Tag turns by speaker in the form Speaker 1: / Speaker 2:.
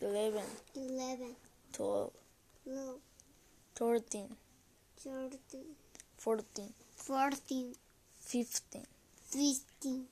Speaker 1: 11,
Speaker 2: 11,
Speaker 1: 12,
Speaker 2: 12,
Speaker 1: 13,
Speaker 2: 13,
Speaker 1: 14,
Speaker 2: 14,
Speaker 1: 15,
Speaker 2: 15,